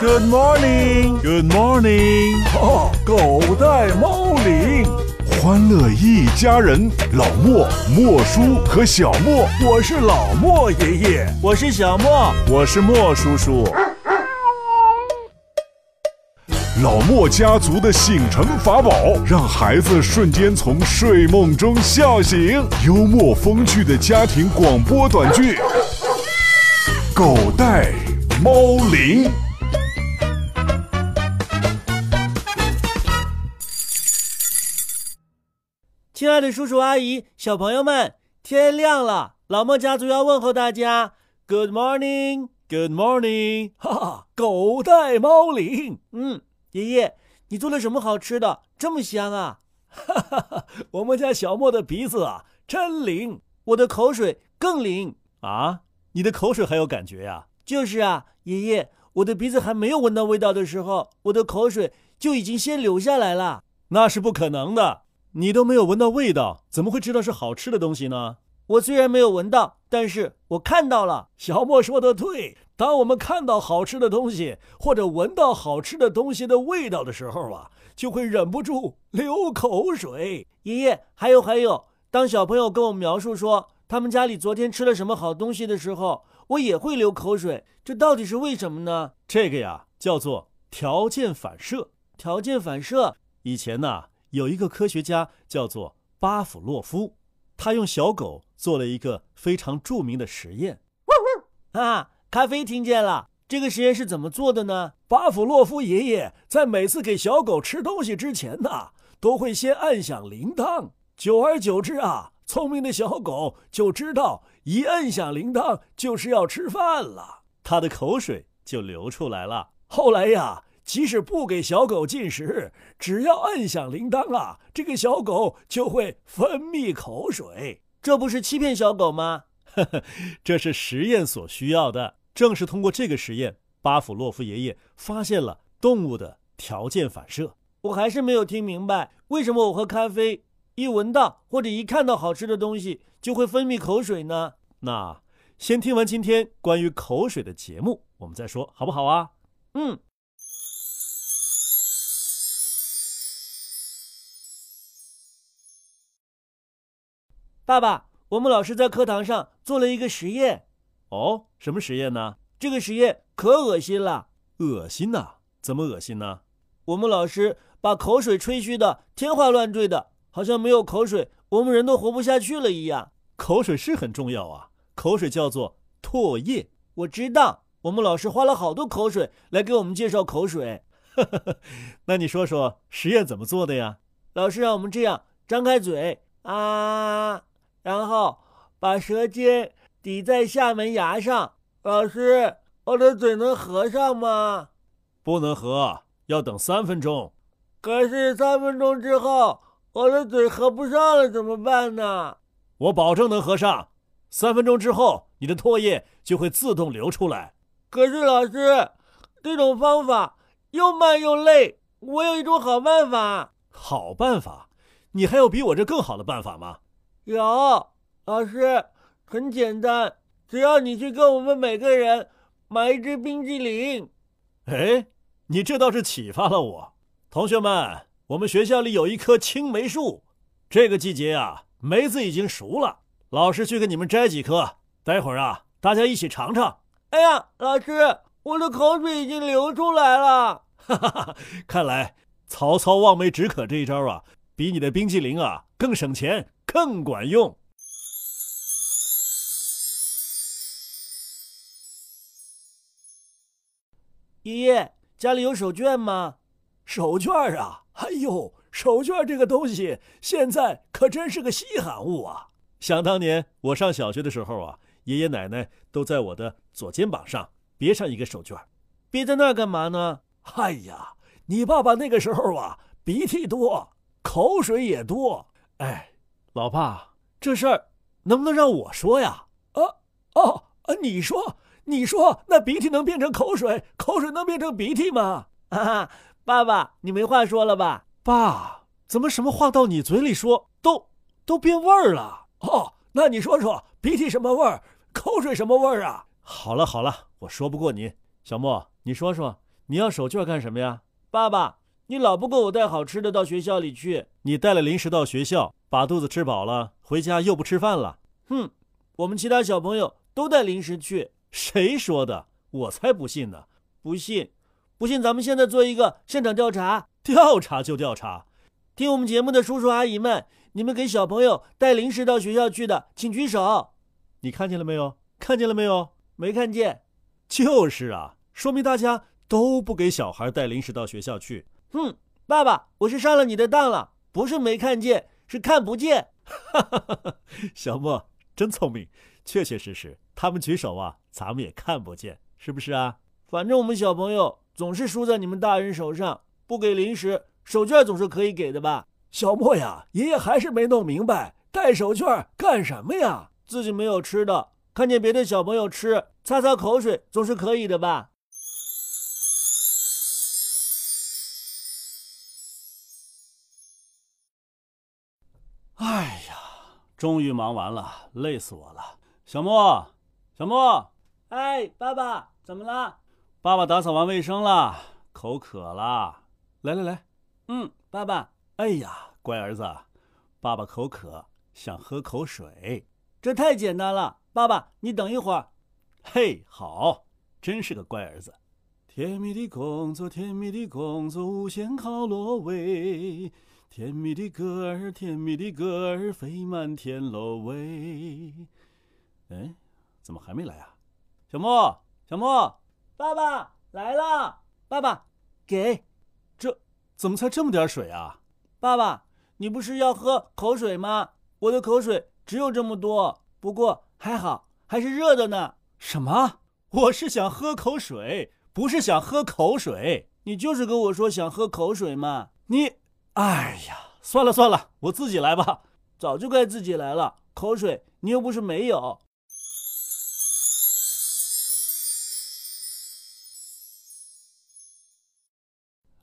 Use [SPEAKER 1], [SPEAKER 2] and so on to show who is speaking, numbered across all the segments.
[SPEAKER 1] Good morning, Good morning。哦，狗带猫铃，欢乐一家人。老莫、莫叔和小莫，我是老莫爷爷，我是小莫，我是莫叔叔。老莫家族的醒神法宝，让孩子瞬间从睡梦中笑醒。幽默风趣的家庭广播短剧，《狗带猫铃》。
[SPEAKER 2] 亲爱的叔叔阿姨、小朋友们，天亮了，老莫家族要问候大家，Good morning，Good morning。
[SPEAKER 1] 哈哈，狗带猫铃，
[SPEAKER 2] 嗯，爷爷，你做了什么好吃的？这么香 啊！
[SPEAKER 1] 我们家小莫的鼻子啊，真灵
[SPEAKER 2] 我的口水更灵。
[SPEAKER 1] 啊！你的口水还有感觉呀、
[SPEAKER 2] 就是啊，爷爷，我的鼻子还没有闻到味道的时候，我的口水就已经先流下来了。
[SPEAKER 1] 那是不可能的，你都没有闻到味道，怎么会知道是好吃的东西呢？
[SPEAKER 2] 我虽然没有闻到，但是我看到了。
[SPEAKER 1] 小莫说的对，当我们看到好吃的东西，或者闻到好吃的东西的味道的时候啊，就会忍不住流口水。
[SPEAKER 2] 爷爷，还有还有，当小朋友跟我描述说他们家里昨天吃了什么好东西的时候，我也会流口水，这到底是为什么呢？
[SPEAKER 1] 这个呀，叫做条件反射。
[SPEAKER 2] 条件反射。
[SPEAKER 1] 以前呐、有一个科学家叫做巴甫洛夫，他用小狗做了一个非常著名的实验。
[SPEAKER 2] 啊，咖啡听见了，这个实验是怎么做的呢？
[SPEAKER 1] 巴甫洛夫爷爷在每次给小狗吃东西之前呐、都会先按响铃铛。久而久之啊，聪明的小狗就知道一摁响铃铛就是要吃饭了，它的口水就流出来了。后来呀，即使不给小狗进食，只要按响铃铛啊，这个小狗就会分泌口水。
[SPEAKER 2] 这不是欺骗小狗吗？
[SPEAKER 1] 这是实验所需要的。正是通过这个实验，巴甫洛夫爷爷发现了动物的条件反射。
[SPEAKER 2] 我还是没有听明白，为什么我喝咖啡一闻到或者一看到好吃的东西就会分泌口水呢？
[SPEAKER 1] 那先听完今天关于口水的节目，我们再说好不好啊？
[SPEAKER 2] 嗯，爸爸，我们老师在课堂上做了一个实验，
[SPEAKER 1] 哦，什么实验呢？
[SPEAKER 2] 这个实验可恶心了。
[SPEAKER 1] 恶心呐、怎么恶心呢？
[SPEAKER 2] 我们老师把口水吹嘘的天花乱坠的，好像没有口水我们人都活不下去了一样。
[SPEAKER 1] 口水是很重要啊，口水叫做唾液。
[SPEAKER 2] 我知道，我们老师花了好多口水来给我们介绍口水。
[SPEAKER 1] 那你说说实验怎么做的呀？
[SPEAKER 2] 老师让我们这样张开嘴啊，然后把舌尖抵在下门牙上。老师，我的嘴能合上吗？
[SPEAKER 1] 不能喝，要等三分钟。
[SPEAKER 2] 可是三分钟之后，我的嘴合不上了，怎么办呢？
[SPEAKER 1] 我保证能合上。三分钟之后，你的唾液就会自动流出来。
[SPEAKER 2] 可是老师，这种方法又慢又累，我有一种好办法。
[SPEAKER 1] 好办法，你还有比我这更好的办法吗？
[SPEAKER 2] 有，老师，很简单，只要你去跟我们每个人买一支冰激凌。
[SPEAKER 1] 哎，你这倒是启发了我。同学们，我们学校里有一棵青梅树，这个季节啊，梅子已经熟了。老师去给你们摘几颗，待会儿啊，大家一起尝尝，
[SPEAKER 2] 哎呀，老师，我的口水已经流出来了。
[SPEAKER 1] 看来曹操望梅止渴这一招啊，比你的冰激凌啊更省钱，更管用。
[SPEAKER 2] 爷爷，家里有手绢吗？
[SPEAKER 1] 手绢啊，哎呦，手绢这个东西现在可真是个稀罕物啊！想当年我上小学的时候啊，爷爷奶奶都在我的左肩膀上别上一个手绢儿。
[SPEAKER 2] 憋在那儿干嘛呢？
[SPEAKER 1] 哎呀，你爸爸那个时候啊，鼻涕多，口水也多。哎，老爸，这事儿能不能让我说呀？啊哦啊，你说，你说，那鼻涕能变成口水，口水能变成鼻涕吗？
[SPEAKER 2] 哈哈，爸爸，你没话说了吧？
[SPEAKER 1] 爸，怎么什么话到你嘴里说都都变味儿了？哦，那你说说，鼻涕什么味儿，口水什么味儿啊？好了好了，我说不过你，小莫，你说说，你要手绢干什么呀？
[SPEAKER 2] 爸爸，你老不给我带好吃的到学校里去。
[SPEAKER 1] 你带了零食到学校，把肚子吃饱了，回家又不吃饭了。
[SPEAKER 2] 哼，我们其他小朋友都带零食去。
[SPEAKER 1] 谁说的？我才不信呢！
[SPEAKER 2] 不信，不信，咱们现在做一个现场调查。
[SPEAKER 1] 调查就调查。
[SPEAKER 2] 听我们节目的叔叔阿姨们，你们给小朋友带零食到学校去的，请举手。
[SPEAKER 1] 你看见了没有？看见了没有？
[SPEAKER 2] 没看见。
[SPEAKER 1] 就是啊，说明大家都不给小孩带零食到学校去。
[SPEAKER 2] 哼、嗯，爸爸，我是上了你的当了，不是没看见，是看不见。
[SPEAKER 1] 哈哈哈！ 小莫真聪明，确确实实，他们举手啊，咱们也看不见，是不是啊？
[SPEAKER 2] 反正我们小朋友总是输在你们大人手上，不给零食。手绢总是可以给的吧，
[SPEAKER 1] 小莫呀，爷爷还是没弄明白带手绢干什么呀？
[SPEAKER 2] 自己没有吃的，看见别的小朋友吃，擦擦口水总是可以的吧？
[SPEAKER 1] 哎呀，终于忙完了，累死我了。小莫，小莫，
[SPEAKER 2] 哎，爸爸，怎么了？
[SPEAKER 1] 爸爸打扫完卫生了，口渴了，来来来。
[SPEAKER 2] 嗯，爸爸。
[SPEAKER 1] 哎呀，乖儿子，爸爸口渴，想喝口水。
[SPEAKER 2] 这太简单了，爸爸，你等一会儿。
[SPEAKER 1] 嘿，好，真是个乖儿子。甜蜜的工作，甜蜜的工作，无限好萝苇。甜蜜的歌儿，甜蜜的歌儿，飞满天芦苇。哎，怎么还没来啊？小莫，小莫，
[SPEAKER 2] 爸爸来了。爸爸，给。
[SPEAKER 1] 怎么才这么点水啊？
[SPEAKER 2] 爸爸，你不是要喝口水吗？我的口水只有这么多，不过还好，还是热的呢。
[SPEAKER 1] 什么？我是想喝口水，不是想喝口水。
[SPEAKER 2] 你就是跟我说想喝口水嘛。
[SPEAKER 1] 你，哎呀，算了算了，我自己来吧。
[SPEAKER 2] 早就该自己来了。口水你又不是没有。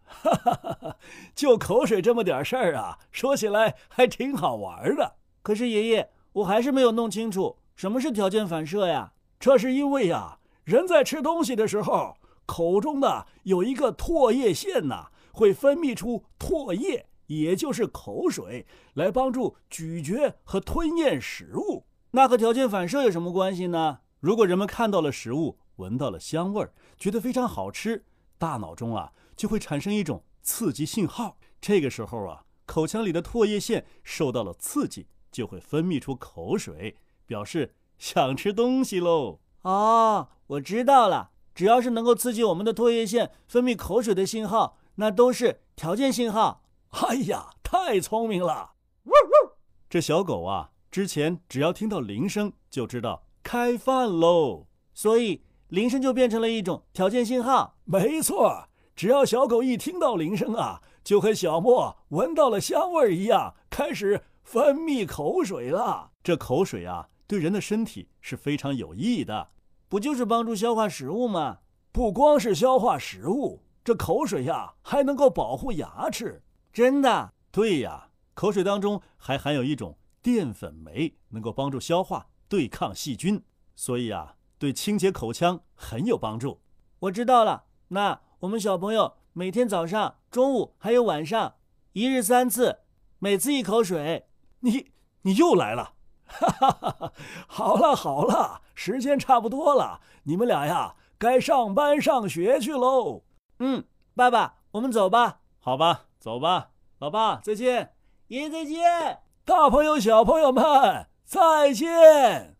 [SPEAKER 1] 哈哈哈哈就口水这么点事儿啊，说起来还挺好玩的。
[SPEAKER 2] 可是爷爷，我还是没有弄清楚什么是条件反射呀。
[SPEAKER 1] 这是因为呀、啊，人在吃东西的时候，口中的有一个唾液腺呐、啊，会分泌出唾液，也就是口水，来帮助咀嚼和吞咽食物。
[SPEAKER 2] 那和条件反射有什么关系呢？
[SPEAKER 1] 如果人们看到了食物，闻到了香味儿，觉得非常好吃，大脑中啊。就会产生一种刺激信号，这个时候啊，口腔里的唾液腺受到了刺激，就会分泌出口水，表示想吃东西喽。
[SPEAKER 2] 哦，我知道了，只要是能够刺激我们的唾液腺分泌口水的信号，那都是条件信号。
[SPEAKER 1] 哎呀，太聪明了！呜呜，这小狗啊，之前只要听到铃声就知道开饭喽，
[SPEAKER 2] 所以铃声就变成了一种条件信号。
[SPEAKER 1] 没错。只要小狗一听到铃声啊，就和小莫闻到了香味儿一样，开始分泌口水了。这口水啊，对人的身体是非常有益的，
[SPEAKER 2] 不就是帮助消化食物吗？
[SPEAKER 1] 不光是消化食物，这口水呀、啊、还能够保护牙齿。
[SPEAKER 2] 真的？
[SPEAKER 1] 对呀，口水当中还含有一种淀粉酶，能够帮助消化，对抗细菌，所以啊，对清洁口腔很有帮助。
[SPEAKER 2] 我知道了，那。我们小朋友每天早上、中午还有晚上，一日三次，每次一口水。
[SPEAKER 1] 你你又来 了，哈哈哈哈！好了好了，时间差不多了，你们俩呀该上班上学去喽。
[SPEAKER 2] 嗯，爸爸，我们走吧。
[SPEAKER 1] 好吧，走吧，老爸再见，
[SPEAKER 2] 爷爷再见，
[SPEAKER 1] 大朋友小朋友们再见。